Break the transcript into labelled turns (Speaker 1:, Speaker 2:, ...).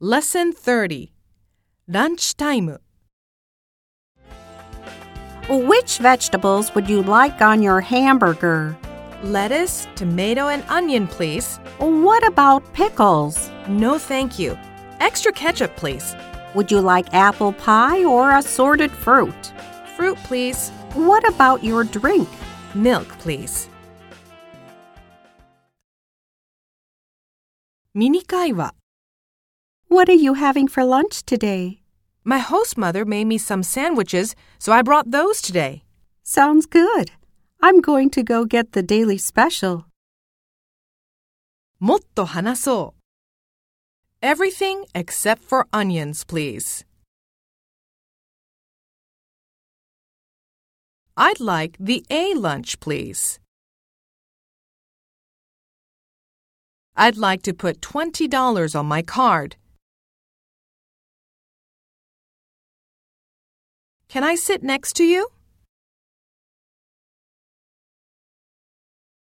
Speaker 1: Lesson 30 Lunch Time
Speaker 2: Which vegetables would you like on your hamburger?
Speaker 1: Lettuce, tomato, and onion, please.
Speaker 2: What about pickles?
Speaker 1: No, thank you. Extra ketchup, please.
Speaker 2: Would you like apple pie or assorted fruit?
Speaker 1: Fruit, please.
Speaker 2: What about your drink?
Speaker 1: Milk, please. ミニ会話
Speaker 2: What are you having for lunch today?
Speaker 1: My host mother made me some sandwiches, so I brought those today.
Speaker 2: Sounds good. I'm going to go get the daily special.
Speaker 1: もっと話そう Everything except for onions, please. I'd like the A lunch, please. I'd like to put $20 on my card. Can I sit next to you?